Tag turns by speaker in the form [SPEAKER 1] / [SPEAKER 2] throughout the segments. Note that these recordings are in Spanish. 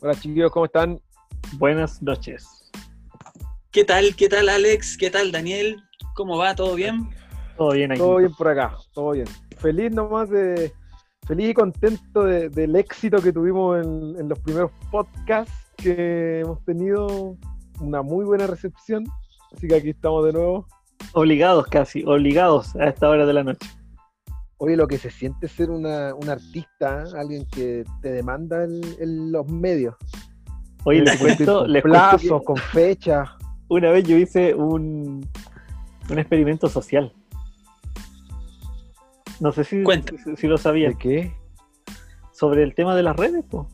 [SPEAKER 1] Hola chiquillos, ¿cómo están?
[SPEAKER 2] Buenas noches.
[SPEAKER 3] ¿Qué tal? ¿Qué tal, Alex? ¿Qué tal, Daniel? ¿Cómo va? ¿Todo bien?
[SPEAKER 2] Todo bien aquí.
[SPEAKER 1] Todo bien por acá, todo bien. Feliz nomás de. Feliz y contento de- del éxito que tuvimos en, en los primeros podcasts, que hemos tenido una muy buena recepción. Así que aquí estamos de nuevo.
[SPEAKER 2] Obligados casi, obligados a esta hora de la noche.
[SPEAKER 1] Oye, lo que se siente ser una, un artista, ¿eh? alguien que te demanda el- el- los medios.
[SPEAKER 2] Oye,
[SPEAKER 1] Te
[SPEAKER 2] les cuento,
[SPEAKER 1] con
[SPEAKER 2] les cuento que
[SPEAKER 1] plazos, con fechas.
[SPEAKER 2] una vez yo hice un, un experimento social. No sé si,
[SPEAKER 3] Cuenta.
[SPEAKER 2] si, si lo sabían.
[SPEAKER 1] ¿De qué?
[SPEAKER 2] sobre el tema de las redes, po.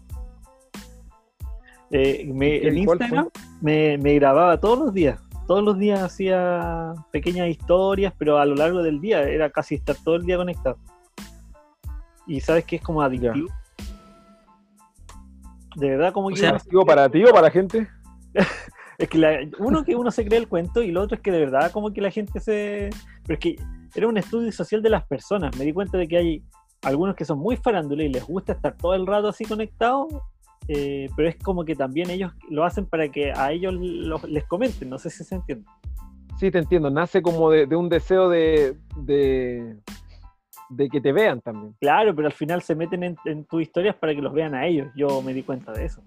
[SPEAKER 2] Eh, me-
[SPEAKER 1] ¿Y
[SPEAKER 2] en
[SPEAKER 1] cuál fue?
[SPEAKER 2] Instagram me, me grababa todos los días. Todos los días hacía pequeñas historias, pero a lo largo del día era casi estar todo el día conectado. Y sabes que es como adictivo. De verdad, como
[SPEAKER 3] O
[SPEAKER 2] que
[SPEAKER 3] sea,
[SPEAKER 2] uno se
[SPEAKER 1] ¿Digo
[SPEAKER 2] crea-
[SPEAKER 1] para ti o para la gente?
[SPEAKER 2] es que la- uno que uno se cree el cuento y lo otro es que de verdad como que la gente se... Pero es que era un estudio social de las personas. Me di cuenta de que hay algunos que son muy farándulas y les gusta estar todo el rato así conectados, eh, pero es como que también ellos lo hacen para que a ellos lo- les comenten. No sé si se entiende.
[SPEAKER 1] Sí, te entiendo. Nace como de, de un deseo de, de, de que te vean también.
[SPEAKER 2] Claro, pero al final se meten en, en tus historias para que los vean a ellos. Yo me di cuenta de eso.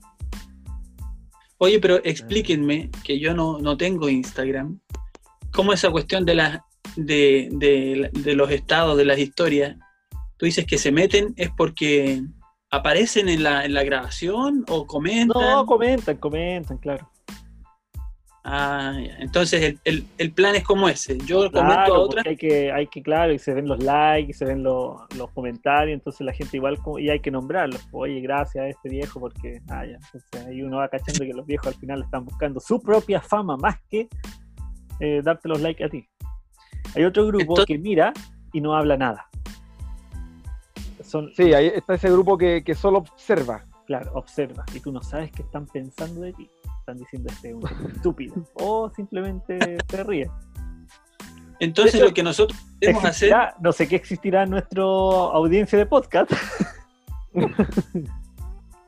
[SPEAKER 3] Oye, pero explíquenme, que yo no, no tengo Instagram, ¿cómo esa cuestión de, las de, de- de los estados, de las historias, tú dices que se meten, es porque aparecen en la, en la grabación o comentan?
[SPEAKER 2] No, comentan, comentan, claro.
[SPEAKER 3] Ah, ya. entonces el, el- el plan es como ese, yo comento a
[SPEAKER 2] Claro, pues.
[SPEAKER 3] otra,
[SPEAKER 2] porque hay que, hay que, claro, y se ven los likes, y se ven los, los comentarios, entonces la gente igual, como- y hay que nombrarlos. Oye, gracias a este viejo, porque, ah, ya, entonces ahí uno va cachando que los viejos al final están buscando su propia fama más que eh, darte los likes a ti. Hay otro grupo
[SPEAKER 3] Entonces-
[SPEAKER 2] que mira y no habla nada. Son,
[SPEAKER 1] Sí, ahí está ese grupo que, que solo observa.
[SPEAKER 2] claro, observa, y tú no sabes qué están pensando de ti. Están diciendo este es un estúpido, o simplemente se ríen.
[SPEAKER 3] entonces
[SPEAKER 2] Eso-
[SPEAKER 3] lo que nosotros podemos hacer,
[SPEAKER 2] existirá, no sé qué existirá en nuestra audiencia de podcast.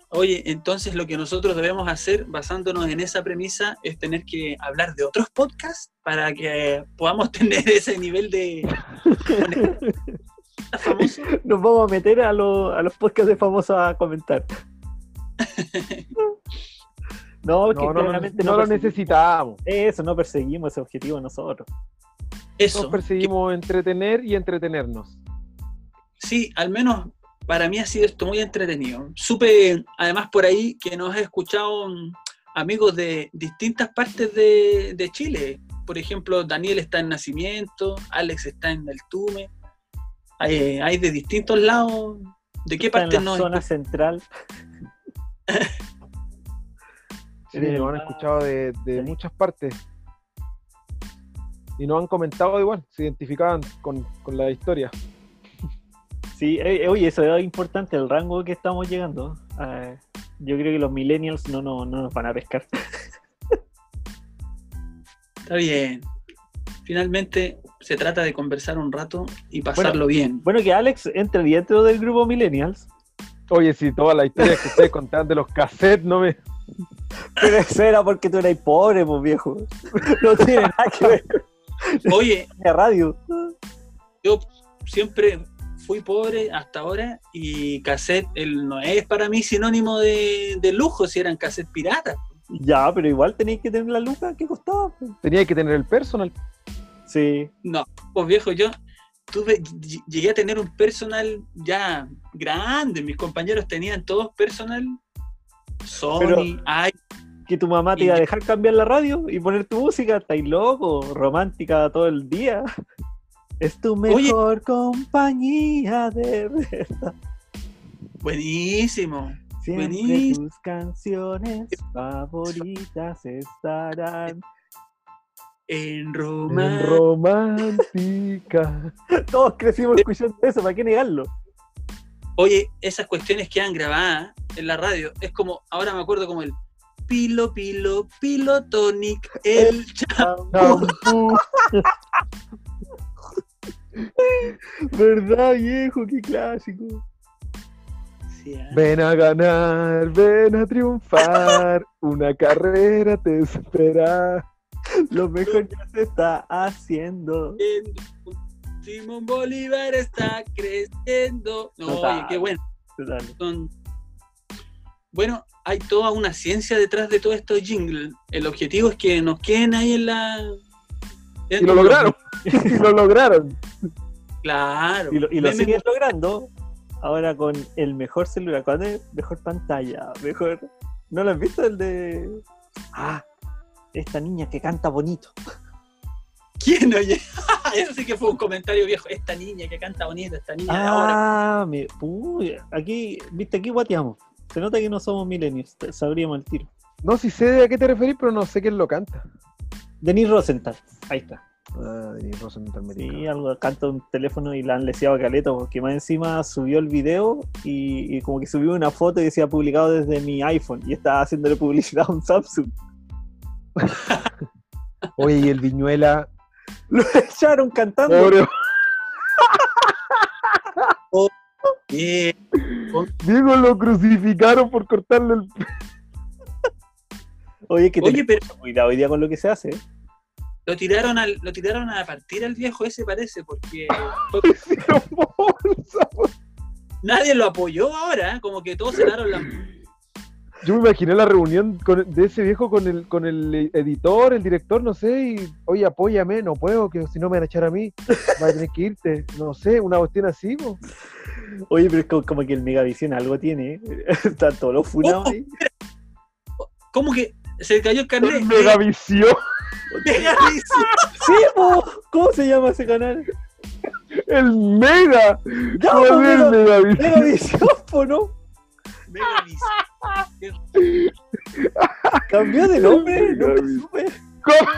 [SPEAKER 3] oye, entonces lo que nosotros debemos hacer basándonos en esa premisa es tener que hablar de otros podcasts para que podamos tener ese nivel de... famoso.
[SPEAKER 2] Nos vamos a meter a, lo- a los podcasts de famosos a comentar. No, porque
[SPEAKER 1] No, no, lo-
[SPEAKER 2] claramente
[SPEAKER 1] no lo
[SPEAKER 2] perseguimos-
[SPEAKER 1] necesitábamos.
[SPEAKER 2] Eso, no perseguimos ese objetivo nosotros.
[SPEAKER 3] Eso.
[SPEAKER 1] Nosotros perseguimos entretener y entretenernos.
[SPEAKER 3] Sí, al menos para mí ha sido esto muy entretenido. Supe además por ahí que nos ha escuchado mm, amigos de distintas partes de, de Chile. Por ejemplo, Daniel está en Nacimiento, Alex está en el Tume. Hay, hay de distintos lados. ¿De qué
[SPEAKER 2] Está
[SPEAKER 3] parte
[SPEAKER 2] en la
[SPEAKER 3] nos
[SPEAKER 2] zona central.
[SPEAKER 1] Sí,
[SPEAKER 2] De
[SPEAKER 1] nos han
[SPEAKER 2] verdad.
[SPEAKER 1] escuchado de, de
[SPEAKER 2] Sí.
[SPEAKER 1] muchas partes. Y nos han comentado igual, se identificaban con, con la historia.
[SPEAKER 2] Sí, eh, eh, oye, eso es importante, el rango que estamos llegando. Eh, yo creo que los millennials no, no, no nos van a pescar.
[SPEAKER 3] Está bien. Finalmente se trata de conversar un rato y pasarlo bien.
[SPEAKER 2] Bueno, que Alex entre dentro del grupo millennials,
[SPEAKER 1] Oye, sí, todas las historias que ustedes contaban de los cassettes, no me...
[SPEAKER 2] pero eso era porque tú eras pobre, pues viejo. No tiene nada que ver con
[SPEAKER 3] Oye,
[SPEAKER 2] la radio.
[SPEAKER 3] yo siempre fui pobre hasta ahora y cassette el, no es para mí sinónimo de, de lujo si eran cassette piratas.
[SPEAKER 2] Ya, pero igual tenéis que tener la luca que costaba. pues.
[SPEAKER 1] Tenía que tener el personal.
[SPEAKER 2] Sí,
[SPEAKER 3] Pues viejo, yo tuve, ll- llegué a tener un personal ya grande, mis compañeros tenían todos personal. Sony,
[SPEAKER 2] Pero-
[SPEAKER 3] ay,
[SPEAKER 2] que tu mamá te iba a dejar cambiar la radio y poner tu música, estáis loco, romántica todo el día. Es tu
[SPEAKER 3] Oye.
[SPEAKER 2] mejor compañía de ver.
[SPEAKER 3] buenísimo.
[SPEAKER 2] Siempre
[SPEAKER 3] Buenísimo. Eh,
[SPEAKER 2] tus canciones favoritas estarán.
[SPEAKER 3] En
[SPEAKER 1] En
[SPEAKER 3] Roma.
[SPEAKER 1] Romántica.
[SPEAKER 2] Todos
[SPEAKER 3] Eh.
[SPEAKER 2] crecimos escuchando eso, ¿para qué negarlo?
[SPEAKER 3] Oye, esas cuestiones quedan grabadas en la radio. Es como, ahora me acuerdo como el pilo, pilo, pilotonic, el
[SPEAKER 1] Champú.
[SPEAKER 2] ¿Verdad, viejo? Qué clásico.
[SPEAKER 3] gracias.
[SPEAKER 1] Ven a ganar, ven a triunfar, una carrera te espera.
[SPEAKER 2] Lo mejor ya se está haciendo.
[SPEAKER 3] Simón Bolívar está creciendo. No,
[SPEAKER 2] Total.
[SPEAKER 3] oye, qué bueno. Son- Bueno, hay toda una ciencia detrás de todo esto de jingle. El objetivo es que nos queden ahí en la.
[SPEAKER 1] Y lo lograron, y lo lograron.
[SPEAKER 3] Claro.
[SPEAKER 2] Y lo, y lo
[SPEAKER 3] Meme
[SPEAKER 2] sigues logrando ahora con el mejor celular, con el mejor pantalla, mejor... ¿No lo has visto el de...? Ah, esta niña que canta bonito.
[SPEAKER 3] ¿Quién oye? Eso sí que fue un comentario viejo. Esta niña que canta bonita, esta niña de ahora.
[SPEAKER 2] Ah, mi- uy, aquí, viste, aquí guateamos. Se nota que no somos millennials, te- sabríamos el tiro.
[SPEAKER 1] No, si sé a qué te referís, pero no sé quién lo canta.
[SPEAKER 2] Denis Rosenthal, ahí está.
[SPEAKER 1] Ah, Denis Rosenthal me
[SPEAKER 2] Sí,
[SPEAKER 1] tinca.
[SPEAKER 2] algo canta un teléfono y la han leseado a caleta porque más encima subió el video y, y como que subió una foto y decía publicado desde mi iPhone y estaba haciéndole publicidad a un Samsung.
[SPEAKER 1] Oye, y el Viñuela,
[SPEAKER 2] Lo echaron cantando.
[SPEAKER 1] pobre,
[SPEAKER 3] Bien.
[SPEAKER 1] Diego lo crucificaron por cortarle el
[SPEAKER 2] Oye, que
[SPEAKER 3] Oye,
[SPEAKER 2] tener
[SPEAKER 3] pero
[SPEAKER 2] cuidado hoy día con lo que se hace. ¿eh?
[SPEAKER 3] lo tiraron, al, lo tiraron a partir al viejo ese, parece, porque
[SPEAKER 1] hicieron bolsa.
[SPEAKER 3] nadie lo apoyó ahora. ¿eh? Como que todos cerraron la.
[SPEAKER 1] Yo me imaginé la reunión con- de ese viejo con el, con el editor, el director, no sé, y oye, apóyame, no puedo, que si no me van a echar a mí, vas a tener que irte, no sé, una cuestión así, po.
[SPEAKER 2] Oye, pero es como, como que el Megavisión algo tiene. ¿eh? Están todos los funados ahí.
[SPEAKER 3] ¿Cómo que se cayó el carnet?
[SPEAKER 1] Megavisión,
[SPEAKER 3] Megavisión.
[SPEAKER 2] ¡Sí, po! ¿Cómo se llama ese canal?
[SPEAKER 1] el mega,
[SPEAKER 2] ¡Ya, po,
[SPEAKER 1] ¿Cuál es
[SPEAKER 2] Mega-
[SPEAKER 1] Megavisión?
[SPEAKER 2] Megavisión, po, no!
[SPEAKER 3] Megavisión.
[SPEAKER 2] Cambió de nombre, no me supe.
[SPEAKER 1] ¿Cómo?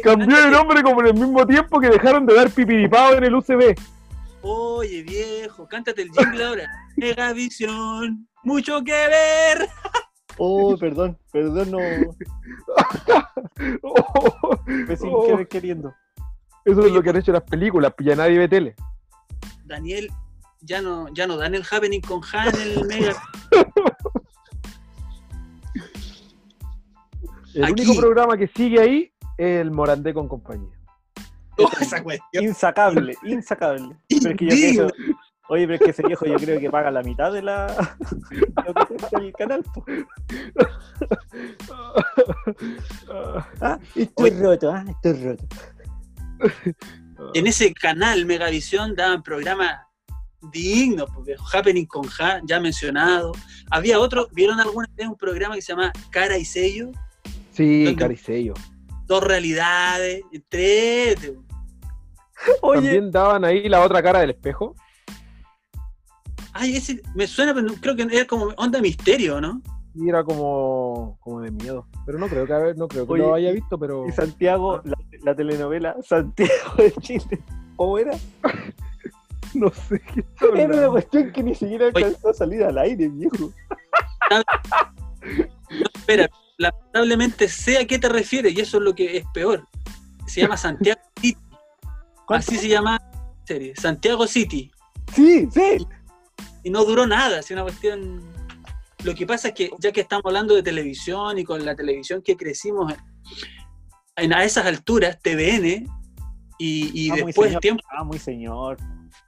[SPEAKER 1] Cambió de
[SPEAKER 3] cántate.
[SPEAKER 1] nombre como en el mismo tiempo que dejaron de dar pipiripao en el UCB.
[SPEAKER 3] Oye, viejo, cántate el jingle ahora. Megavisión, mucho que ver.
[SPEAKER 2] Oh, perdón, perdón, no.
[SPEAKER 1] Oh,
[SPEAKER 2] Me sin
[SPEAKER 1] Oh.
[SPEAKER 2] querer queriendo.
[SPEAKER 1] eso es lo que han hecho las películas, pues ya nadie ve tele.
[SPEAKER 3] Daniel, ya no, ya no dan el happening con Han el Mega.
[SPEAKER 1] El
[SPEAKER 3] Aquí.
[SPEAKER 1] único programa que sigue ahí es el Morandé con compañía.
[SPEAKER 3] Toda esa cuestión.
[SPEAKER 2] Insacable, insacable. Pero es que yo creo, oye, pero es que ese viejo yo creo que paga la mitad de la lo que cuesta el canal. po. Ah, esto es roto, ah, esto es roto.
[SPEAKER 1] ah.
[SPEAKER 3] En ese canal Megavisión daban programas dignos, pues, viejo. Happening con Han, ya mencionado. Había otro, ¿vieron alguna vez un programa que se llama Cara y Sello?
[SPEAKER 1] Sí,
[SPEAKER 3] ¿Dónde?
[SPEAKER 1] Caricello.
[SPEAKER 3] Dos realidades, tres. de-
[SPEAKER 2] Oye,
[SPEAKER 1] También daban ahí la otra cara del espejo.
[SPEAKER 3] Ay, ese me suena, pero no- creo que era como onda misterio, ¿no?
[SPEAKER 1] Y era como, como de miedo. Pero no creo que, haber- no creo que
[SPEAKER 2] Oye,
[SPEAKER 1] lo haya visto, pero.
[SPEAKER 2] y Santiago, Ah. la, la telenovela Santiago de Chile. ¿Cómo era?
[SPEAKER 1] No sé qué está
[SPEAKER 2] Era una
[SPEAKER 1] hablando.
[SPEAKER 2] cuestión que ni siquiera alcanzó a salir al aire, viejo.
[SPEAKER 3] Lamentablemente sé a qué te refieres y eso es lo que es peor. Se llama Santiago City.
[SPEAKER 2] ¿Cuánto?
[SPEAKER 3] Así se llama la serie, Santiago City.
[SPEAKER 2] Sí, sí.
[SPEAKER 3] Y no duró nada, es una cuestión... Lo que pasa es que ya que estamos hablando de televisión y con la televisión que crecimos en, a esas alturas, TVN, y, y
[SPEAKER 2] Ah, muy
[SPEAKER 3] después
[SPEAKER 2] señor.
[SPEAKER 3] tiempo,
[SPEAKER 2] Ah, muy señor.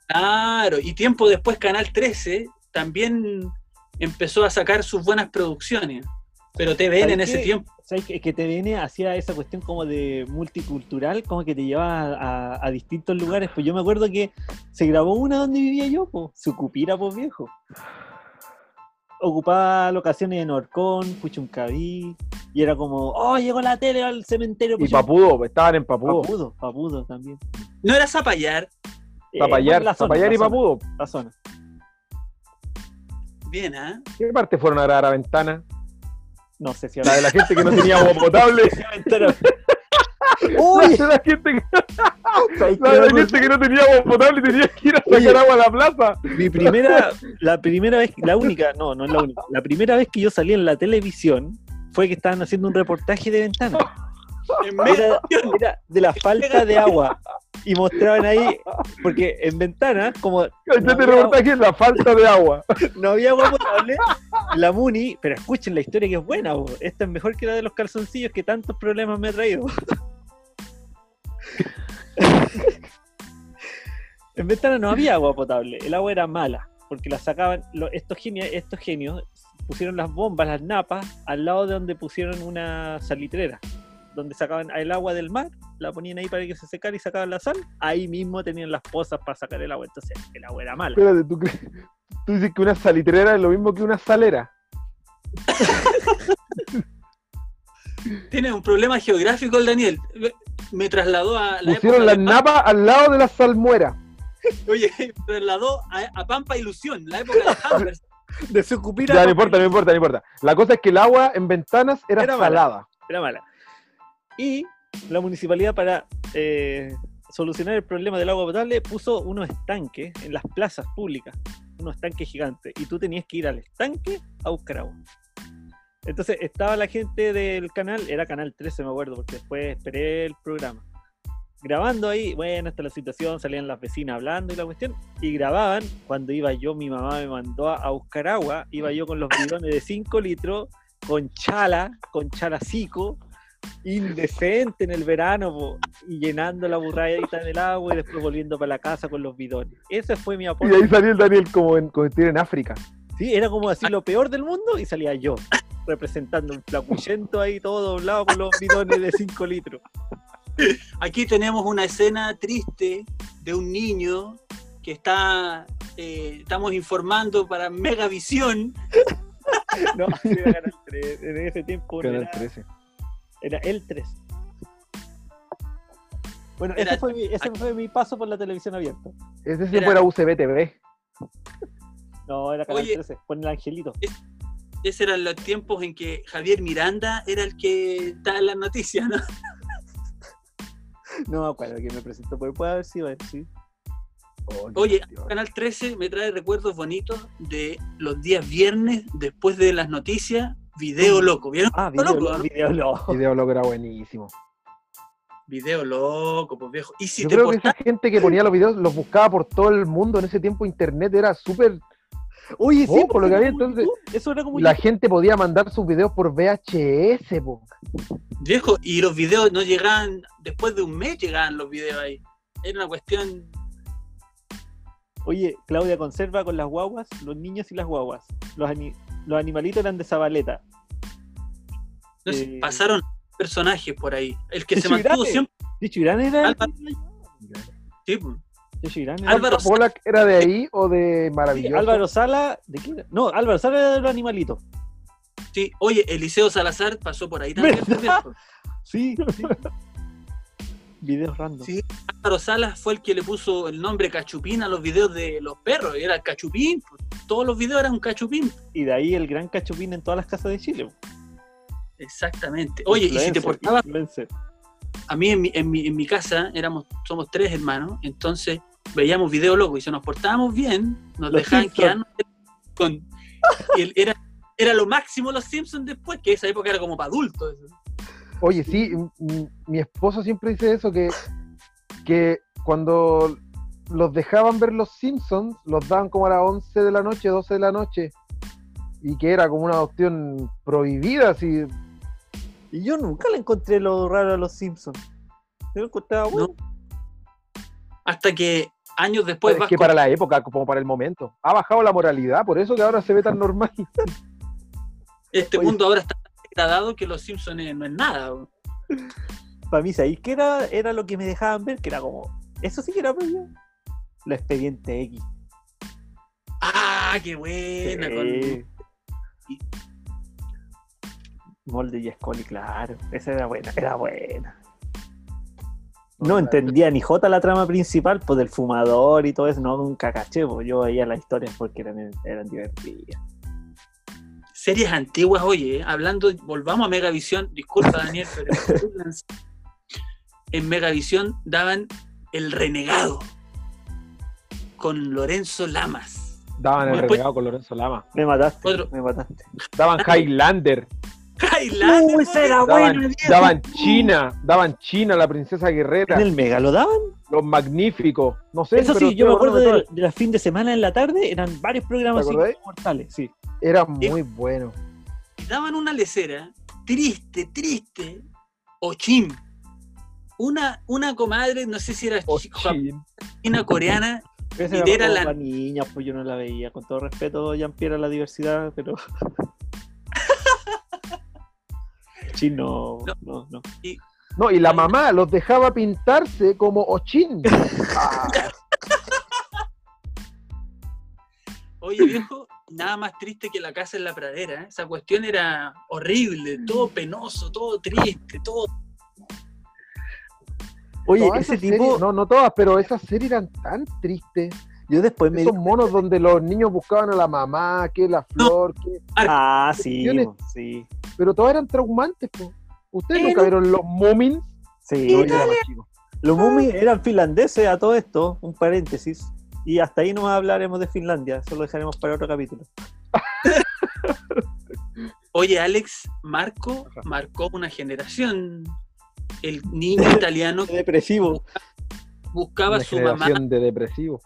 [SPEAKER 3] claro, y tiempo después Canal 13 también empezó a sacar sus buenas producciones. Pero TVN en
[SPEAKER 2] ¿Sabes
[SPEAKER 3] ese
[SPEAKER 2] qué?
[SPEAKER 3] tiempo...
[SPEAKER 2] ¿Sabes que, que TVN hacía esa cuestión como de multicultural, como que te llevaba a, a distintos lugares? Pues yo me acuerdo que se grabó una donde vivía yo, pues, Sucupira, pues viejo. Ocupaba locaciones en Orcón, Puchuncaví, y era como, oh, llegó la tele al cementerio.
[SPEAKER 1] Y
[SPEAKER 2] Puchun-
[SPEAKER 1] Papudo, estaban en Papudo.
[SPEAKER 2] Papudo, Papudo también.
[SPEAKER 3] No era Zapallar,
[SPEAKER 2] Eh,
[SPEAKER 1] Zapallar,
[SPEAKER 2] la zona,
[SPEAKER 1] Zapallar
[SPEAKER 2] la
[SPEAKER 1] y
[SPEAKER 2] zona,
[SPEAKER 1] Papudo.
[SPEAKER 2] La zona.
[SPEAKER 3] bien, ¿ah?
[SPEAKER 1] ¿Qué parte fueron a grabar a Ventana?
[SPEAKER 2] No sé si
[SPEAKER 1] La
[SPEAKER 2] había
[SPEAKER 1] de la gente que no tenía agua potable. La
[SPEAKER 2] ¡Uy!
[SPEAKER 1] de la gente que,
[SPEAKER 2] ¿sabes qué
[SPEAKER 1] la
[SPEAKER 2] me
[SPEAKER 1] de la
[SPEAKER 2] acordé?
[SPEAKER 1] gente que no tenía agua potable y tenía que ir a sacar
[SPEAKER 2] Oye.
[SPEAKER 1] agua a la plaza.
[SPEAKER 2] Mi primera, la primera vez, la única, no, no es la única, la primera vez que yo salí en la televisión fue que estaban haciendo un reportaje de ventana.
[SPEAKER 3] En medio-
[SPEAKER 2] Era, era de la falta de agua. y mostraban ahí, porque en ventanas, como
[SPEAKER 1] Este
[SPEAKER 2] había-
[SPEAKER 1] reportaje es la falta de agua.
[SPEAKER 2] no había agua potable, la Muni, pero escuchen la historia que es buena, po. esta es mejor que la de los calzoncillos que tantos problemas me ha traído. en Ventana no había agua potable, el agua era mala, porque la sacaban, lo- estos, genios, estos genios pusieron las bombas, las napas, al lado de donde pusieron una salitrera, donde sacaban el agua del mar, la ponían ahí para que se secara y sacaban la sal, ahí mismo tenían las pozas para sacar el agua, entonces el agua era mala.
[SPEAKER 1] Espérate, ¿tú, crees- tú dices que una salitrera es lo mismo que una salera.
[SPEAKER 3] Tiene un problema geográfico el Daniel. Me trasladó a la época
[SPEAKER 1] Pusieron las
[SPEAKER 3] de-
[SPEAKER 1] napas al lado de la salmuera.
[SPEAKER 3] Oye, me trasladó a, a Pampa Ilusión, la época de Hampers.
[SPEAKER 2] De su cupira
[SPEAKER 1] Ya, no importa, no importa, no importa. La cosa es que el agua en ventanas era,
[SPEAKER 2] Era mala.
[SPEAKER 1] salada.
[SPEAKER 2] era mala. Y la municipalidad para eh, solucionar el problema del agua potable puso unos estanques en las plazas públicas, unos estanques gigantes, y tú tenías que ir al estanque a buscar agua. Entonces estaba la gente del canal, era Canal 13 me acuerdo, porque después esperé el programa. Grabando ahí, bueno, hasta la situación, salían las vecinas hablando y la cuestión, y grababan, cuando iba yo, mi mamá me mandó a, a buscar agua, iba yo con los bidones de 5 litros, con chala, con chalacico, indecente en el verano, po, y llenando la burradita del agua y después volviendo para la casa con los bidones. Ese fue mi
[SPEAKER 1] Y ahí
[SPEAKER 2] aporte.
[SPEAKER 1] salió el Daniel como en, como estuviera en África.
[SPEAKER 2] Sí, era como así lo peor del mundo y salía yo, representando un flacuchento ahí todo doblado con los bidones de 5 litros.
[SPEAKER 3] Aquí tenemos una escena triste de un niño que está, eh, estamos informando para Megavisión.
[SPEAKER 2] No, sí, era Canal 3. En ese tiempo no
[SPEAKER 1] Canal
[SPEAKER 2] era,
[SPEAKER 1] 13.
[SPEAKER 2] era el 3. Bueno,
[SPEAKER 3] Era-
[SPEAKER 2] ese fue, mi, ese fue mi paso por la televisión abierta.
[SPEAKER 1] Ese sí
[SPEAKER 3] Era-
[SPEAKER 1] fuera UCBTV.
[SPEAKER 2] No, era Canal
[SPEAKER 3] Oye.
[SPEAKER 2] 13, con el angelito.
[SPEAKER 3] Esos eran los tiempos en que Javier Miranda era el que estaba en las noticias, ¿no?
[SPEAKER 2] No me acuerdo quién me presentó, pero puede haber sido él, sí.
[SPEAKER 3] Oye, Canal 13 me trae recuerdos bonitos de los días viernes después de las noticias, video loco. ¿Vieron?
[SPEAKER 2] Ah, video,
[SPEAKER 3] loco,
[SPEAKER 2] lo-
[SPEAKER 3] ¿no?
[SPEAKER 2] video loco.
[SPEAKER 1] video loco era buenísimo.
[SPEAKER 3] Video loco, pues viejo. Y si
[SPEAKER 1] Yo
[SPEAKER 3] te
[SPEAKER 1] creo que
[SPEAKER 3] portás-
[SPEAKER 1] esa gente que ponía los videos los buscaba por todo el mundo. En ese tiempo internet era súper...
[SPEAKER 2] Oye,
[SPEAKER 1] Oh,
[SPEAKER 2] sí,
[SPEAKER 1] por lo
[SPEAKER 2] porque
[SPEAKER 1] que había,
[SPEAKER 2] era como
[SPEAKER 1] entonces,
[SPEAKER 2] YouTube, Eso era como
[SPEAKER 1] La
[SPEAKER 2] YouTube.
[SPEAKER 1] gente podía mandar sus videos por VHS, po.
[SPEAKER 3] viejo, y los videos no llegaban, después de un mes llegaban los videos ahí. Era una cuestión
[SPEAKER 2] Oye, Claudia conserva con las guaguas, los niños y las guaguas. Los, ani- los animalitos eran de Zabaleta.
[SPEAKER 3] No sé,
[SPEAKER 2] Eh,
[SPEAKER 3] pasaron personajes por ahí. El que se
[SPEAKER 2] Chirate.
[SPEAKER 3] mantuvo siempre.
[SPEAKER 2] ¿Chicho Irán era?
[SPEAKER 3] Álvaro- sí, po.
[SPEAKER 2] ¿Chicho Irán era?
[SPEAKER 3] Álvaro, Sa-
[SPEAKER 1] Polak era de ahí o de
[SPEAKER 2] Sí,
[SPEAKER 1] Maravilloso.
[SPEAKER 2] Álvaro Sala, ¿de qué era? No, Álvaro Sala era de los animalitos.
[SPEAKER 3] sí. Oye, Eliseo Salazar pasó por ahí también.
[SPEAKER 2] ¿Verdad?
[SPEAKER 3] viejo.
[SPEAKER 2] Sí, sí. Videos random.
[SPEAKER 3] Sí. Álvaro Salas fue el que le puso el nombre Cachupín a los videos de los perros. Era Cachupín. po. Todos los videos eran un Cachupín.
[SPEAKER 2] Y de ahí el gran cachupín en todas las casas de Chile.
[SPEAKER 3] Exactamente. Oye, y si te
[SPEAKER 2] Influencer,
[SPEAKER 3] portabas,
[SPEAKER 2] influencer.
[SPEAKER 3] a mí en mi, en mi, en mi casa éramos, somos tres hermanos, entonces veíamos video loco y si nos portábamos bien, nos
[SPEAKER 2] Los
[SPEAKER 3] dejaban
[SPEAKER 2] Simpsons.
[SPEAKER 3] quedarnos con. y el- era, era lo máximo los Simpsons después, que esa época era como para adultos.
[SPEAKER 1] Oye, sí, m- m- mi esposo siempre dice eso, que, que cuando los dejaban ver los Simpsons, los daban como a las 11 de la noche, 12 de la noche, y que era como una adopción prohibida, así,
[SPEAKER 2] Y yo nunca le encontré lo raro a los Simpsons. Yo lo encontraba bueno.
[SPEAKER 3] hasta que años después
[SPEAKER 1] es
[SPEAKER 3] Pues vas
[SPEAKER 1] que
[SPEAKER 3] con-
[SPEAKER 1] para la época, como para el momento. Ha bajado la moralidad, por eso que ahora se ve tan normal.
[SPEAKER 3] este
[SPEAKER 1] oye.
[SPEAKER 3] mundo ahora está tan degradado que los Simpsons es- no es nada. bro.
[SPEAKER 2] Para mí, ¿sabéis qué era, era lo que me dejaban ver? Que era como. Eso sí que era prohibido. Lo expediente X.
[SPEAKER 3] Ah, qué buena. con-
[SPEAKER 2] Sí. Molde y Scully, claro. Esa era buena, era buena. No entendía ni Jota la trama principal, pues del fumador y todo eso, no, nunca caché, pues yo veía las historias porque eran, eran divertidas.
[SPEAKER 3] Series antiguas, oye, eh, hablando, volvamos a Megavisión, disculpa Daniel, pero en Megavisión daban El Renegado con Lorenzo Lamas.
[SPEAKER 1] Daban el
[SPEAKER 3] Después-
[SPEAKER 1] renegado con Lorenzo Lama.
[SPEAKER 2] Me mataste,
[SPEAKER 3] Otro.
[SPEAKER 2] me mataste.
[SPEAKER 1] Daban Highlander.
[SPEAKER 3] Highlander.
[SPEAKER 2] Uy,
[SPEAKER 3] po,
[SPEAKER 2] será
[SPEAKER 3] weón.
[SPEAKER 2] bueno.
[SPEAKER 1] Daban, daban China, daban China, la princesa guerrera,
[SPEAKER 2] ¿En el Mega lo daban?
[SPEAKER 1] los magníficos. No sé,
[SPEAKER 2] Eso
[SPEAKER 1] pero
[SPEAKER 2] sí, yo me
[SPEAKER 1] estoy
[SPEAKER 2] acuerdo
[SPEAKER 1] acordando
[SPEAKER 2] de, de las fin de semana en la tarde, eran varios programas
[SPEAKER 1] ¿Te
[SPEAKER 2] así
[SPEAKER 1] acordáis?
[SPEAKER 2] como mortales, sí.
[SPEAKER 1] todo. Era muy bueno.
[SPEAKER 3] Daban una lecera triste, triste. Ochim. Una, una comadre, no sé si era
[SPEAKER 1] Oh,
[SPEAKER 3] chi-
[SPEAKER 1] chin.
[SPEAKER 3] japonesa, coreana,
[SPEAKER 2] Pero
[SPEAKER 3] Y
[SPEAKER 2] esa era
[SPEAKER 3] era
[SPEAKER 2] como
[SPEAKER 3] la-
[SPEAKER 2] para niñas, pues yo no la veía. Con todo respeto, Jean-Pierre, a la diversidad, pero. Sí, no,
[SPEAKER 3] No.
[SPEAKER 2] no, no.
[SPEAKER 1] No, y la mamá los dejaba pintarse como Ochin. Ah,
[SPEAKER 3] Oye, viejo, nada más triste que la casa en la pradera. ¿eh? Esa cuestión era horrible,
[SPEAKER 1] Mm.
[SPEAKER 3] todo penoso, todo triste, todo.
[SPEAKER 2] Oye,
[SPEAKER 1] todas
[SPEAKER 2] ese
[SPEAKER 1] esas series-
[SPEAKER 2] tipo,
[SPEAKER 1] no, no todas, pero esas series eran tan tristes.
[SPEAKER 2] yo después me
[SPEAKER 1] Esos
[SPEAKER 2] di-
[SPEAKER 1] monos donde los niños buscaban a la mamá, que la flor, que...
[SPEAKER 2] Ah, sí,
[SPEAKER 1] cuestiones.
[SPEAKER 2] bo, sí.
[SPEAKER 1] pero todas eran traumantes. po. ¿Ustedes
[SPEAKER 3] Era-
[SPEAKER 1] nunca vieron los Moomins?
[SPEAKER 2] sí.
[SPEAKER 1] No, yo
[SPEAKER 2] oye,
[SPEAKER 1] era más chico.
[SPEAKER 2] los Mummies eran finlandeses a todo esto, un paréntesis. Y hasta ahí no hablaremos de Finlandia, eso lo dejaremos para otro capítulo.
[SPEAKER 3] Oye, Alex, Marco marcó una generación. El niño italiano que
[SPEAKER 2] Depresivo.
[SPEAKER 3] buscaba
[SPEAKER 1] Una
[SPEAKER 3] a su mamá,
[SPEAKER 1] generación de depresivos.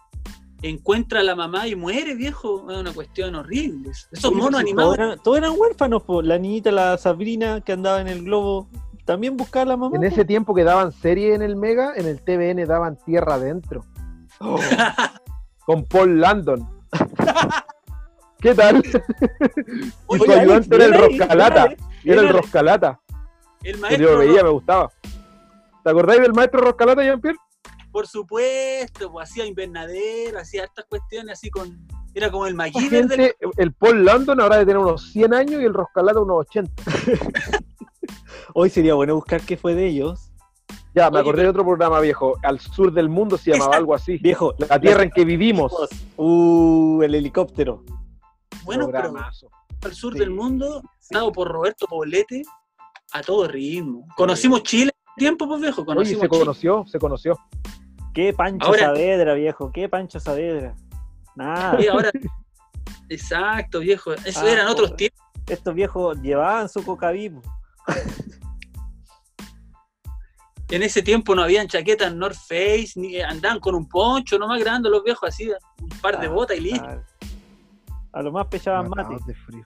[SPEAKER 3] encuentra a la mamá y muere, viejo. Es una cuestión horrible. Esos
[SPEAKER 2] Oye, pero
[SPEAKER 3] monos
[SPEAKER 2] si
[SPEAKER 3] animados.
[SPEAKER 2] pues, Todos eran, todos eran huérfanos, po. la niñita, la Sabrina que andaba en el globo, también buscaba a la mamá. pues.
[SPEAKER 1] En ese tiempo que daban serie en el Mega, en el TVN daban Tierra Adentro.
[SPEAKER 2] po.
[SPEAKER 3] Oh.
[SPEAKER 1] Con Paul Landon. ¿Qué tal? y su
[SPEAKER 2] Oye, Alex,
[SPEAKER 1] ayudante era el
[SPEAKER 2] bien ahí,
[SPEAKER 1] Roscalata.
[SPEAKER 2] bien ahí.
[SPEAKER 1] Era el
[SPEAKER 2] Bien ahí.
[SPEAKER 1] Roscalata.
[SPEAKER 3] El
[SPEAKER 1] que yo lo
[SPEAKER 3] maestro,
[SPEAKER 1] veía, me gustaba. ¿Te acordáis del maestro Roscalata, Jean-Pierre?
[SPEAKER 3] por supuesto, pues, hacía invernadero, hacía estas cuestiones así con. Era como el
[SPEAKER 1] Esa
[SPEAKER 3] MacGyver del.
[SPEAKER 1] gente, El Paul Landon ahora debe tener unos 100 años y el Roscalata unos 80.
[SPEAKER 2] Hoy sería bueno buscar qué fue de ellos.
[SPEAKER 1] Ya, me
[SPEAKER 3] Oye,
[SPEAKER 1] acordé de otro programa viejo. Al sur del mundo se llamaba
[SPEAKER 3] Esa-
[SPEAKER 1] algo así.
[SPEAKER 2] Viejo,
[SPEAKER 1] La tierra en que vivimos.
[SPEAKER 2] Uh, el helicóptero.
[SPEAKER 3] Bueno, pero
[SPEAKER 1] Programazo.
[SPEAKER 3] al sur
[SPEAKER 2] Sí.
[SPEAKER 3] del mundo,
[SPEAKER 2] Sí.
[SPEAKER 3] dado por Roberto Poblete, a todo ritmo. Conocimos Chile en ese tiempo, pues viejo,
[SPEAKER 1] Oye,
[SPEAKER 3] conocimos
[SPEAKER 1] se
[SPEAKER 3] Chile.
[SPEAKER 1] conoció, se conoció.
[SPEAKER 2] Qué Pancho
[SPEAKER 3] Ahora-
[SPEAKER 2] Saavedra, viejo, qué Pancho Saavedra. Nada,
[SPEAKER 3] Y ahora. Exacto, viejo. Eso
[SPEAKER 2] Ah,
[SPEAKER 3] eran otros
[SPEAKER 2] otra.
[SPEAKER 3] tiempos.
[SPEAKER 2] estos viejos llevaban su cocavivo.
[SPEAKER 3] En ese tiempo no habían chaquetas North Face, ni eh, andaban con un poncho, nomás grabando los viejos así, un par de
[SPEAKER 2] Ah,
[SPEAKER 3] botas y listo.
[SPEAKER 2] A lo más pechaban mate.
[SPEAKER 1] Matados de frío.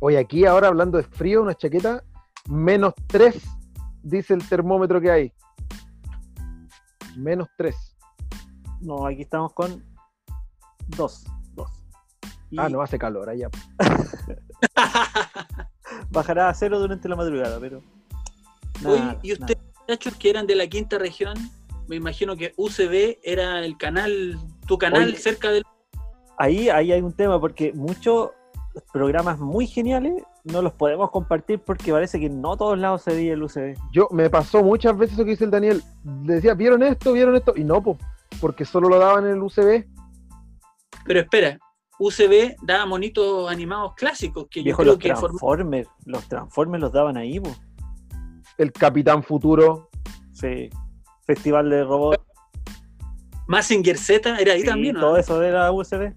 [SPEAKER 1] Oye, aquí ahora hablando de frío, una chaqueta, menos 3, dice el termómetro que hay. Menos 3.
[SPEAKER 2] No, aquí estamos con dos. dos. Y
[SPEAKER 1] Ah, no, hace calor allá.
[SPEAKER 2] Bajará a cero durante la madrugada, pero.
[SPEAKER 3] Oye, ¿y ustedes, muchachos, que eran de la quinta región? Me imagino que UCB era el canal, tu canal
[SPEAKER 2] Oye.
[SPEAKER 3] cerca del.
[SPEAKER 2] ahí, ahí hay un tema, porque muchos programas muy geniales no los podemos compartir porque parece que no todos lados se veía el UCB.
[SPEAKER 1] Yo me pasó muchas veces eso que dice el Daniel. Decía, ¿vieron esto? ¿Vieron esto? Y no, po, porque solo lo daban en el UCB.
[SPEAKER 3] Pero espera, UCB daba monitos animados clásicos que
[SPEAKER 2] Viejo,
[SPEAKER 3] yo
[SPEAKER 2] los
[SPEAKER 3] creo que formaron.
[SPEAKER 2] Transformers, los Transformers los daban ahí, po.
[SPEAKER 1] El Capitán Futuro.
[SPEAKER 2] Sí. Festival de Robots.
[SPEAKER 3] Massinger Z era ahí
[SPEAKER 2] sí,
[SPEAKER 3] también. ¿no?
[SPEAKER 2] Todo eso era UCB.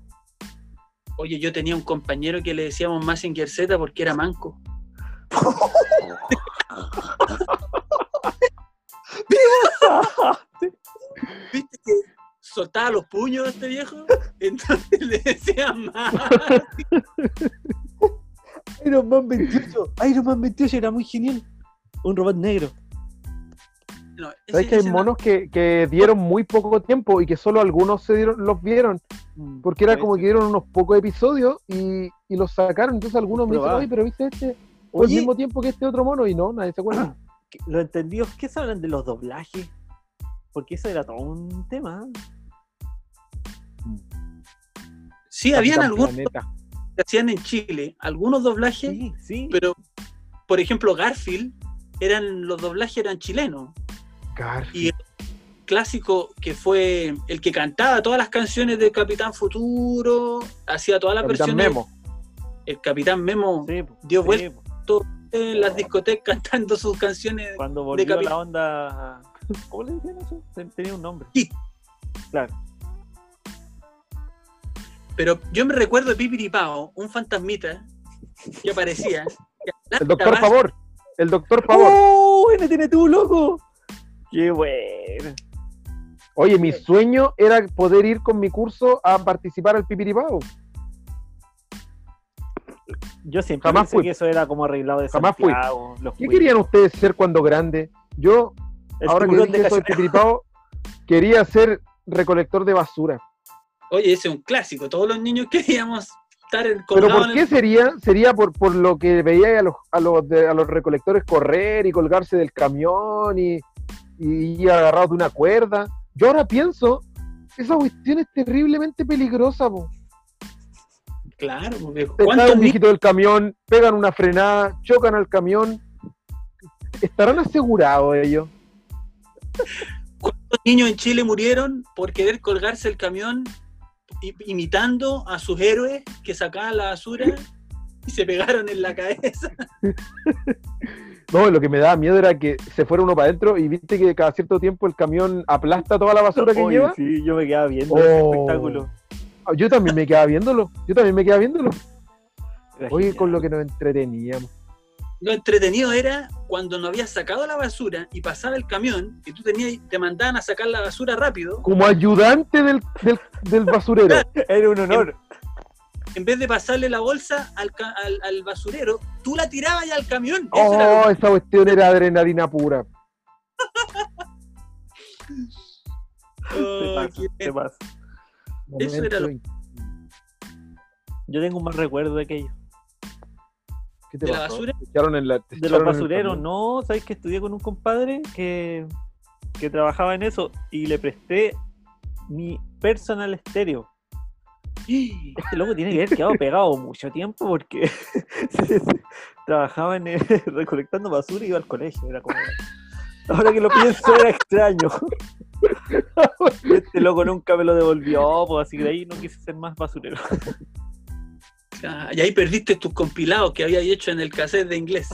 [SPEAKER 3] Oye, yo tenía un compañero que le decíamos Massinger Z porque era manco. ¿Viste que soltaba los puños este viejo? Entonces le decían más.
[SPEAKER 2] Iron Man 28. Iron Man 28 era muy genial. Un robot negro.
[SPEAKER 3] No, ese-
[SPEAKER 1] ¿Sabes que
[SPEAKER 3] ese
[SPEAKER 1] hay
[SPEAKER 3] no-
[SPEAKER 1] monos que, que dieron muy poco tiempo y que solo algunos se dieron, los vieron?
[SPEAKER 3] Mm.
[SPEAKER 1] Porque era como que dieron unos pocos episodios y, y los sacaron. Entonces algunos me dicen,
[SPEAKER 2] Probable.
[SPEAKER 1] oye, pero viste este, fue al
[SPEAKER 2] Oye,
[SPEAKER 1] mismo tiempo que este otro mono y no, nadie se acuerda.
[SPEAKER 2] que- los entendidos, ¿qué sabrán de los doblajes? Porque eso era todo un tema. ¿eh?
[SPEAKER 3] Sí, habían
[SPEAKER 1] Capitán
[SPEAKER 3] algunos
[SPEAKER 1] Planeta.
[SPEAKER 3] que hacían en Chile, algunos doblajes,
[SPEAKER 2] Sí, sí.
[SPEAKER 3] pero por ejemplo Garfield, eran los doblajes eran chilenos.
[SPEAKER 1] Garfield.
[SPEAKER 3] y el clásico que fue el que cantaba todas las canciones del Capitán Futuro, hacía todas las
[SPEAKER 1] Capitán
[SPEAKER 3] versiones.
[SPEAKER 1] Memo.
[SPEAKER 3] El Capitán Memo
[SPEAKER 2] Sí, po,
[SPEAKER 3] dio
[SPEAKER 2] sí,
[SPEAKER 3] vuelta.
[SPEAKER 2] po.
[SPEAKER 3] en las discotecas cantando sus canciones.
[SPEAKER 2] Cuando volvió
[SPEAKER 3] capi-
[SPEAKER 2] la onda. ¿Cómo le decían eso? Ten- Tenía un nombre.
[SPEAKER 3] Sí.
[SPEAKER 2] Claro.
[SPEAKER 3] Pero yo me recuerdo de Pipiripao, un fantasmita que aparecía, que
[SPEAKER 1] El doctor
[SPEAKER 3] Tabasco.
[SPEAKER 1] Favor. El doctor Favor.
[SPEAKER 2] ¡Oh! tiene tú, loco! ¡Qué bueno!
[SPEAKER 1] Oye, mi sueño era poder ir con mi curso a participar al Pipiripao.
[SPEAKER 2] Yo siempre
[SPEAKER 1] Jamás
[SPEAKER 2] pensé
[SPEAKER 1] fui.
[SPEAKER 2] que eso era como arreglado de
[SPEAKER 1] Jamás fui.
[SPEAKER 2] Santiago. Los
[SPEAKER 1] ¿Qué
[SPEAKER 2] cuicos.
[SPEAKER 1] querían ustedes ser cuando grande? Yo,
[SPEAKER 2] El
[SPEAKER 1] ahora que
[SPEAKER 2] tiburón de
[SPEAKER 1] dije eso del
[SPEAKER 2] Cachemira.
[SPEAKER 1] Pipiripao, quería ser recolector de basura.
[SPEAKER 3] Oye, ese es un clásico. Todos los niños queríamos estar en-
[SPEAKER 1] ¿Pero
[SPEAKER 3] colgados
[SPEAKER 1] por
[SPEAKER 3] en
[SPEAKER 1] qué
[SPEAKER 3] el-
[SPEAKER 1] sería? Sería por, por lo que veía a los, a, los de- a los recolectores correr y colgarse del camión y, y ir agarrados de una cuerda. Yo ahora pienso, esa cuestión es terriblemente peligrosa. po.
[SPEAKER 3] Claro, pues, viejo.
[SPEAKER 1] Te cae
[SPEAKER 3] ¿Cuántos
[SPEAKER 1] el
[SPEAKER 3] niños?
[SPEAKER 1] viejito del camión, pegan una frenada, chocan al camión. ¿Estarán asegurados ellos?
[SPEAKER 3] ¿Cuántos niños en Chile murieron por querer colgarse el camión i- imitando a sus héroes que sacaban la basura y se pegaron en la cabeza?
[SPEAKER 1] No, lo que me daba miedo era que se fuera uno para adentro y viste que cada cierto tiempo el camión aplasta toda la basura que
[SPEAKER 2] Oye,
[SPEAKER 1] lleva.
[SPEAKER 2] Sí, yo me quedaba viendo
[SPEAKER 1] Oh.
[SPEAKER 2] ese espectáculo.
[SPEAKER 1] Yo también me quedaba viéndolo. Yo también me quedaba viéndolo.
[SPEAKER 2] Era
[SPEAKER 1] Oye,
[SPEAKER 2] genial.
[SPEAKER 1] con lo que nos entreteníamos.
[SPEAKER 3] Lo entretenido era cuando no habías sacado la basura y pasaba el camión y tú tenías, te mandaban a sacar la basura rápido.
[SPEAKER 1] como ayudante del, del, del basurero.
[SPEAKER 2] Era un honor.
[SPEAKER 3] En vez de pasarle la bolsa al, ca- al- al basurero, tú la tirabas ya al camión. Eso era lo-
[SPEAKER 1] Oh, esa cuestión era adrenalina pura.
[SPEAKER 2] Te
[SPEAKER 3] Oh,
[SPEAKER 2] pasa,
[SPEAKER 3] qué-
[SPEAKER 2] te pasa.
[SPEAKER 3] Eso era lo-
[SPEAKER 2] Yo tengo un mal recuerdo de aquello.
[SPEAKER 1] ¿Qué te
[SPEAKER 3] ¿De la
[SPEAKER 1] pasó?
[SPEAKER 3] basura?
[SPEAKER 1] Te echaron en la- te
[SPEAKER 2] De los
[SPEAKER 1] echaron en el
[SPEAKER 2] basureros,
[SPEAKER 1] camión.
[SPEAKER 2] no, ¿sabes que estudié con un compadre que, que trabajaba en eso y le presté mi personal estéreo? Este loco tiene que haber quedado pegado mucho tiempo porque se- se- trabajaba en el- recolectando basura y iba al colegio. Era como, ahora que lo pienso era extraño. Este loco nunca me lo devolvió, pues, así que de ahí no quise ser más basurero.
[SPEAKER 3] Ah, Y ahí perdiste tus compilados que habías hecho en el cassette de inglés.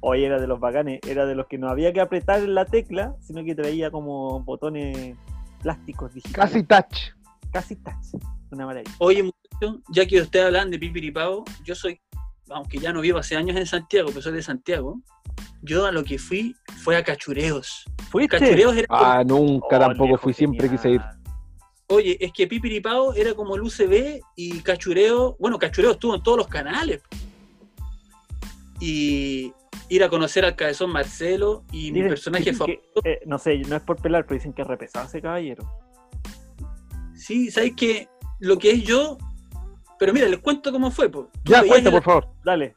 [SPEAKER 2] Oye, era de los bacanes, era de los que no había que apretar la tecla, sino que traía como botones plásticos digitales.
[SPEAKER 1] Casi touch.
[SPEAKER 2] Casi touch. Una maravilla.
[SPEAKER 3] Oye, muchacho, ya que ustedes hablan de Pipiripao, yo soy, aunque ya no vivo hace años en Santiago, pero soy de Santiago, yo a lo que fui fue a Cachureos.
[SPEAKER 2] ¿Fuiste?
[SPEAKER 3] Cachureos era como-
[SPEAKER 1] Ah, nunca
[SPEAKER 2] Oh,
[SPEAKER 1] tampoco
[SPEAKER 2] viejo,
[SPEAKER 1] fui, siempre
[SPEAKER 2] genial.
[SPEAKER 1] quise ir.
[SPEAKER 3] oye, es que Pipiripao era como el UCB y Cachureo, bueno, Cachureo estuvo en todos los canales. Y ir a conocer al cabezón Marcelo y mi
[SPEAKER 2] Dicen-
[SPEAKER 3] personaje
[SPEAKER 2] dicen
[SPEAKER 3] favorito.
[SPEAKER 2] que, eh, no sé, no es por pelar, pero dicen que es repesado ese caballero.
[SPEAKER 3] Sí, ¿sabes que Lo que es yo... Pero mira, les cuento cómo fue. po. Tú
[SPEAKER 1] Ya,
[SPEAKER 3] veías
[SPEAKER 1] cuenta,
[SPEAKER 3] el-
[SPEAKER 1] por favor.
[SPEAKER 2] Dale.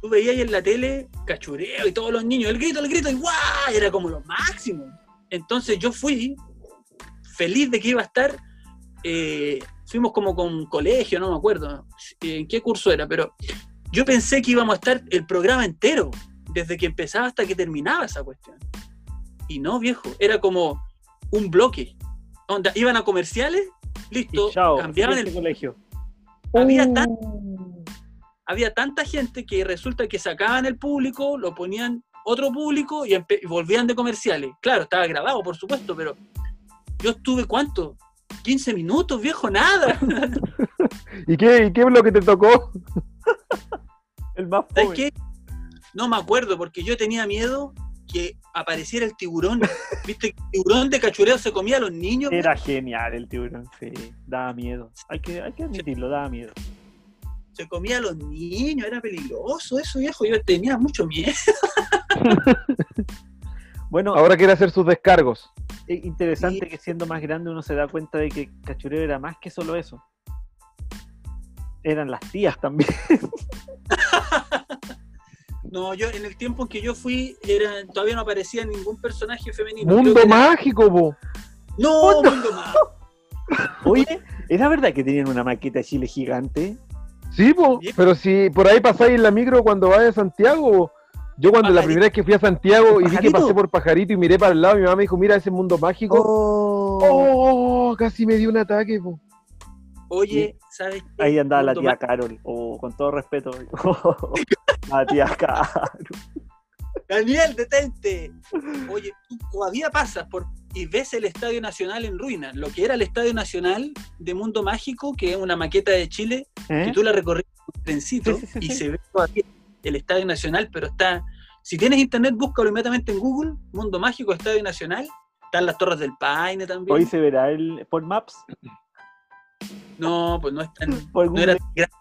[SPEAKER 3] tú veías ahí en la tele cachureo y todos los niños, el grito, el grito, y ¡guau! Era como lo máximo. Entonces yo fui feliz de que iba a estar. eh, fuimos como con colegio, no me acuerdo en qué curso era, pero yo pensé que íbamos a estar el programa entero, desde que empezaba hasta que terminaba esa cuestión. Y no, viejo, era como un bloque. Onda, iban a comerciales,
[SPEAKER 2] Y
[SPEAKER 3] listo,
[SPEAKER 2] chao.
[SPEAKER 3] cambiaban el
[SPEAKER 2] siguiente colegio.
[SPEAKER 3] Había
[SPEAKER 1] Uh,
[SPEAKER 3] había tanta gente que resulta que sacaban el público, lo ponían otro público y, empe- y volvían de comerciales. Claro, estaba grabado, por supuesto, pero yo estuve cuánto? 15 minutos, viejo, nada.
[SPEAKER 1] ¿Y qué, ¿Y qué bloque te tocó?
[SPEAKER 2] El más
[SPEAKER 3] ¿Sabes
[SPEAKER 2] joven.
[SPEAKER 3] qué? No me acuerdo porque yo tenía miedo que apareciera el tiburón. ¿Viste? que El tiburón de cachureo se comía a los niños.
[SPEAKER 2] Era genial el tiburón, sí. Daba miedo. Hay que, hay que admitirlo, daba miedo.
[SPEAKER 3] Se comía a los niños, era peligroso eso, viejo. Yo tenía mucho miedo.
[SPEAKER 2] Bueno,
[SPEAKER 1] Ahora quiere hacer sus descargos.
[SPEAKER 2] es interesante
[SPEAKER 3] Sí.
[SPEAKER 2] que siendo más grande uno se da cuenta de que Cachureo era más que solo eso. Eran las tías también.
[SPEAKER 3] No, yo en el tiempo en que yo fui, era, todavía no aparecía ningún personaje femenino. Creo
[SPEAKER 1] Mundo
[SPEAKER 3] que era-
[SPEAKER 1] mágico, po.
[SPEAKER 3] No, mundo más.
[SPEAKER 2] Oye, ¿era verdad que tenían una maqueta de Chile gigante?
[SPEAKER 1] Sí, po.
[SPEAKER 3] Bien.
[SPEAKER 1] Pero si por ahí pasáis en la micro cuando vas a Santiago, po. Yo cuando la
[SPEAKER 3] Pajarito.
[SPEAKER 1] primera vez que fui a Santiago y vi que
[SPEAKER 2] Pajarito.
[SPEAKER 1] pasé por Pajarito y miré para el lado, mi mamá me dijo, mira ese mundo mágico.
[SPEAKER 2] Oh.
[SPEAKER 1] Oh, casi me dio un ataque, po.
[SPEAKER 3] Oye, ¿sabes qué?
[SPEAKER 2] Ahí andaba la
[SPEAKER 3] Mundo
[SPEAKER 2] tía
[SPEAKER 3] Mágico.
[SPEAKER 2] Carol. Oh, con todo respeto. la tía Carol.
[SPEAKER 3] Daniel, detente. Oye, tú todavía pasas por y ves el Estadio Nacional en ruinas, lo que era el Estadio Nacional de Mundo Mágico, que es una maqueta de Chile,
[SPEAKER 2] ¿Eh?
[SPEAKER 3] que tú la recorrías con un trencito
[SPEAKER 2] Sí, sí, sí,
[SPEAKER 3] y
[SPEAKER 2] sí.
[SPEAKER 3] se ve todavía. el Estadio Nacional, pero está. Si tienes internet, búscalo inmediatamente en Google, Mundo Mágico, Estadio Nacional. Están las Torres del Paine también.
[SPEAKER 2] Hoy se verá el por Maps.
[SPEAKER 3] No, pues no está. en-
[SPEAKER 2] Por
[SPEAKER 3] No era
[SPEAKER 2] Google.
[SPEAKER 3] tan grande.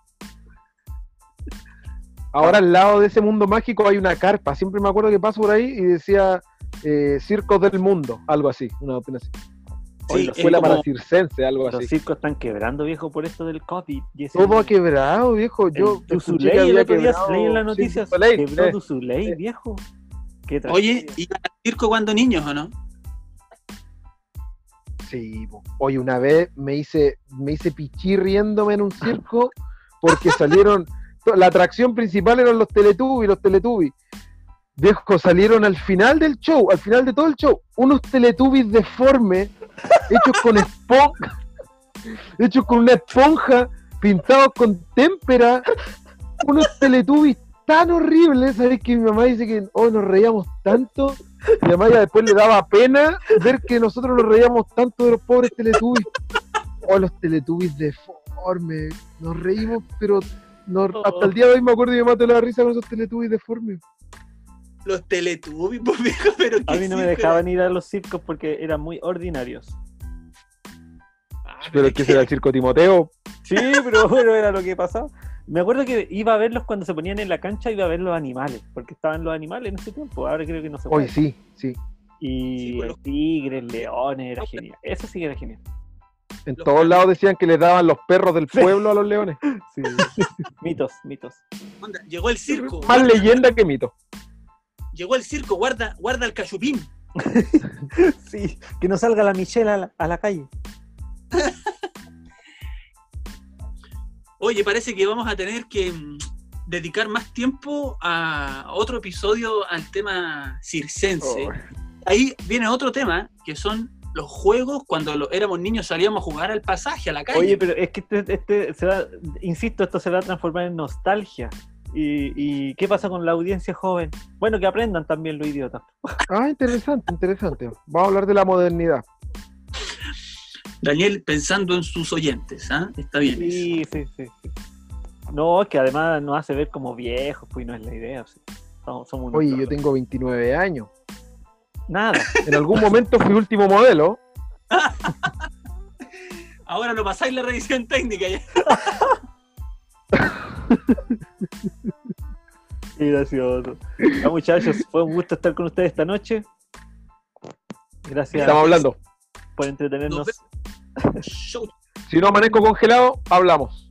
[SPEAKER 1] Ahora al lado de ese mundo mágico hay una carpa. Siempre me acuerdo que paso por ahí y decía eh, Circos del Mundo, algo así. Una doctrina así.
[SPEAKER 2] Hoy
[SPEAKER 3] Sí,
[SPEAKER 2] los
[SPEAKER 3] es
[SPEAKER 1] Escuela
[SPEAKER 3] como-
[SPEAKER 1] para circense, algo
[SPEAKER 2] Los
[SPEAKER 1] así.
[SPEAKER 2] circos están quebrando, viejo, por esto del COVID.
[SPEAKER 1] Todo quebrado, viejo. Yo
[SPEAKER 2] Yo
[SPEAKER 1] escuché
[SPEAKER 2] Duzuley,
[SPEAKER 1] que
[SPEAKER 2] el
[SPEAKER 1] había
[SPEAKER 2] otro día
[SPEAKER 1] quebrado
[SPEAKER 2] leí en
[SPEAKER 1] Cirque
[SPEAKER 2] las noticias.
[SPEAKER 1] du Soleil,
[SPEAKER 2] quebró
[SPEAKER 1] eh.
[SPEAKER 2] Duzuley,
[SPEAKER 1] eh.
[SPEAKER 2] viejo. Qué
[SPEAKER 3] Oye,
[SPEAKER 2] tragedia.
[SPEAKER 3] ¿y al circo cuando niños o no?
[SPEAKER 1] Sí, po. oye, una vez me hice, me hice pichí riéndome en un circo porque salieron. to- La atracción principal eran los Teletubbies, los Teletubbies. Viejo, salieron al final del show, al final de todo el show, unos Teletubbies deformes, hechos con esponja, hechos con una esponja, pintados con témpera, unos Teletubbies tan horribles, ¿sabes? Que mi mamá dice que hoy nos reíamos tanto mi mamá ya después le daba pena ver que nosotros nos reíamos tanto de los pobres teletubbies. Oh, los teletubbies deformes. Nos reímos, pero nos-
[SPEAKER 2] Oh.
[SPEAKER 1] hasta el día de hoy me acuerdo y me mato la risa con esos teletubbies deformes.
[SPEAKER 3] Los Teletubbies, pues viejo, pero
[SPEAKER 2] a
[SPEAKER 3] qué
[SPEAKER 2] mí no me
[SPEAKER 3] circo era.
[SPEAKER 2] dejaban ir a los circos porque eran muy ordinarios.
[SPEAKER 3] Ah,
[SPEAKER 1] Pero es que será el circo Timoteo.
[SPEAKER 2] Sí, pero bueno, era lo que pasaba. Me acuerdo que iba a verlos cuando se ponían en la cancha, iba a ver los animales, porque estaban los animales en ese tiempo. Ahora creo que no se
[SPEAKER 1] Hoy
[SPEAKER 2] puede.
[SPEAKER 1] sí, sí.
[SPEAKER 2] Y
[SPEAKER 3] Sí, pues, los-
[SPEAKER 2] tigres, leones, era genial. Eso sí que era genial.
[SPEAKER 1] En
[SPEAKER 3] Los
[SPEAKER 1] todos lados decían que les daban los perros del pueblo a los leones.
[SPEAKER 2] Sí. mitos, mitos.
[SPEAKER 3] Onda, Llegó el circo.
[SPEAKER 1] Más
[SPEAKER 3] guarda-
[SPEAKER 1] leyenda que mito.
[SPEAKER 3] Llegó el circo, guarda, guarda el cachupín.
[SPEAKER 2] Sí, que no salga la Michelle a la, a la calle.
[SPEAKER 3] Oye, parece que vamos a tener que mm, dedicar más tiempo a otro episodio al tema circense.
[SPEAKER 2] Oh.
[SPEAKER 3] Ahí viene otro tema, que son los juegos. Cuando lo- éramos niños salíamos a jugar al pasaje, a la calle.
[SPEAKER 2] Oye, pero es que este, este se va, insisto, esto se va a transformar en nostalgia. ¿Y, y qué pasa con la audiencia joven? Bueno, que aprendan también lo idiota.
[SPEAKER 1] Ah, interesante, interesante. Vamos a hablar de la modernidad.
[SPEAKER 3] Daniel pensando en sus oyentes, ¿ah? Está bien. eso.
[SPEAKER 2] Sí, sí, sí, sí. No, es que además nos hace ver como viejos, pues y no es la idea. o sea, somos, somos unos
[SPEAKER 1] Oye, yo
[SPEAKER 2] trolos.
[SPEAKER 1] tengo 29 años.
[SPEAKER 2] Nada.
[SPEAKER 1] En algún momento fui último modelo.
[SPEAKER 3] Ahora no pasáis la revisión técnica ya.
[SPEAKER 2] Qué gracioso. Ya, muchachos, fue un gusto estar con ustedes esta noche. Gracias
[SPEAKER 1] Estamos hablando.
[SPEAKER 2] por
[SPEAKER 3] Nos
[SPEAKER 2] entretenernos.
[SPEAKER 3] vemos. Show.
[SPEAKER 1] Si no amanezco congelado, hablamos.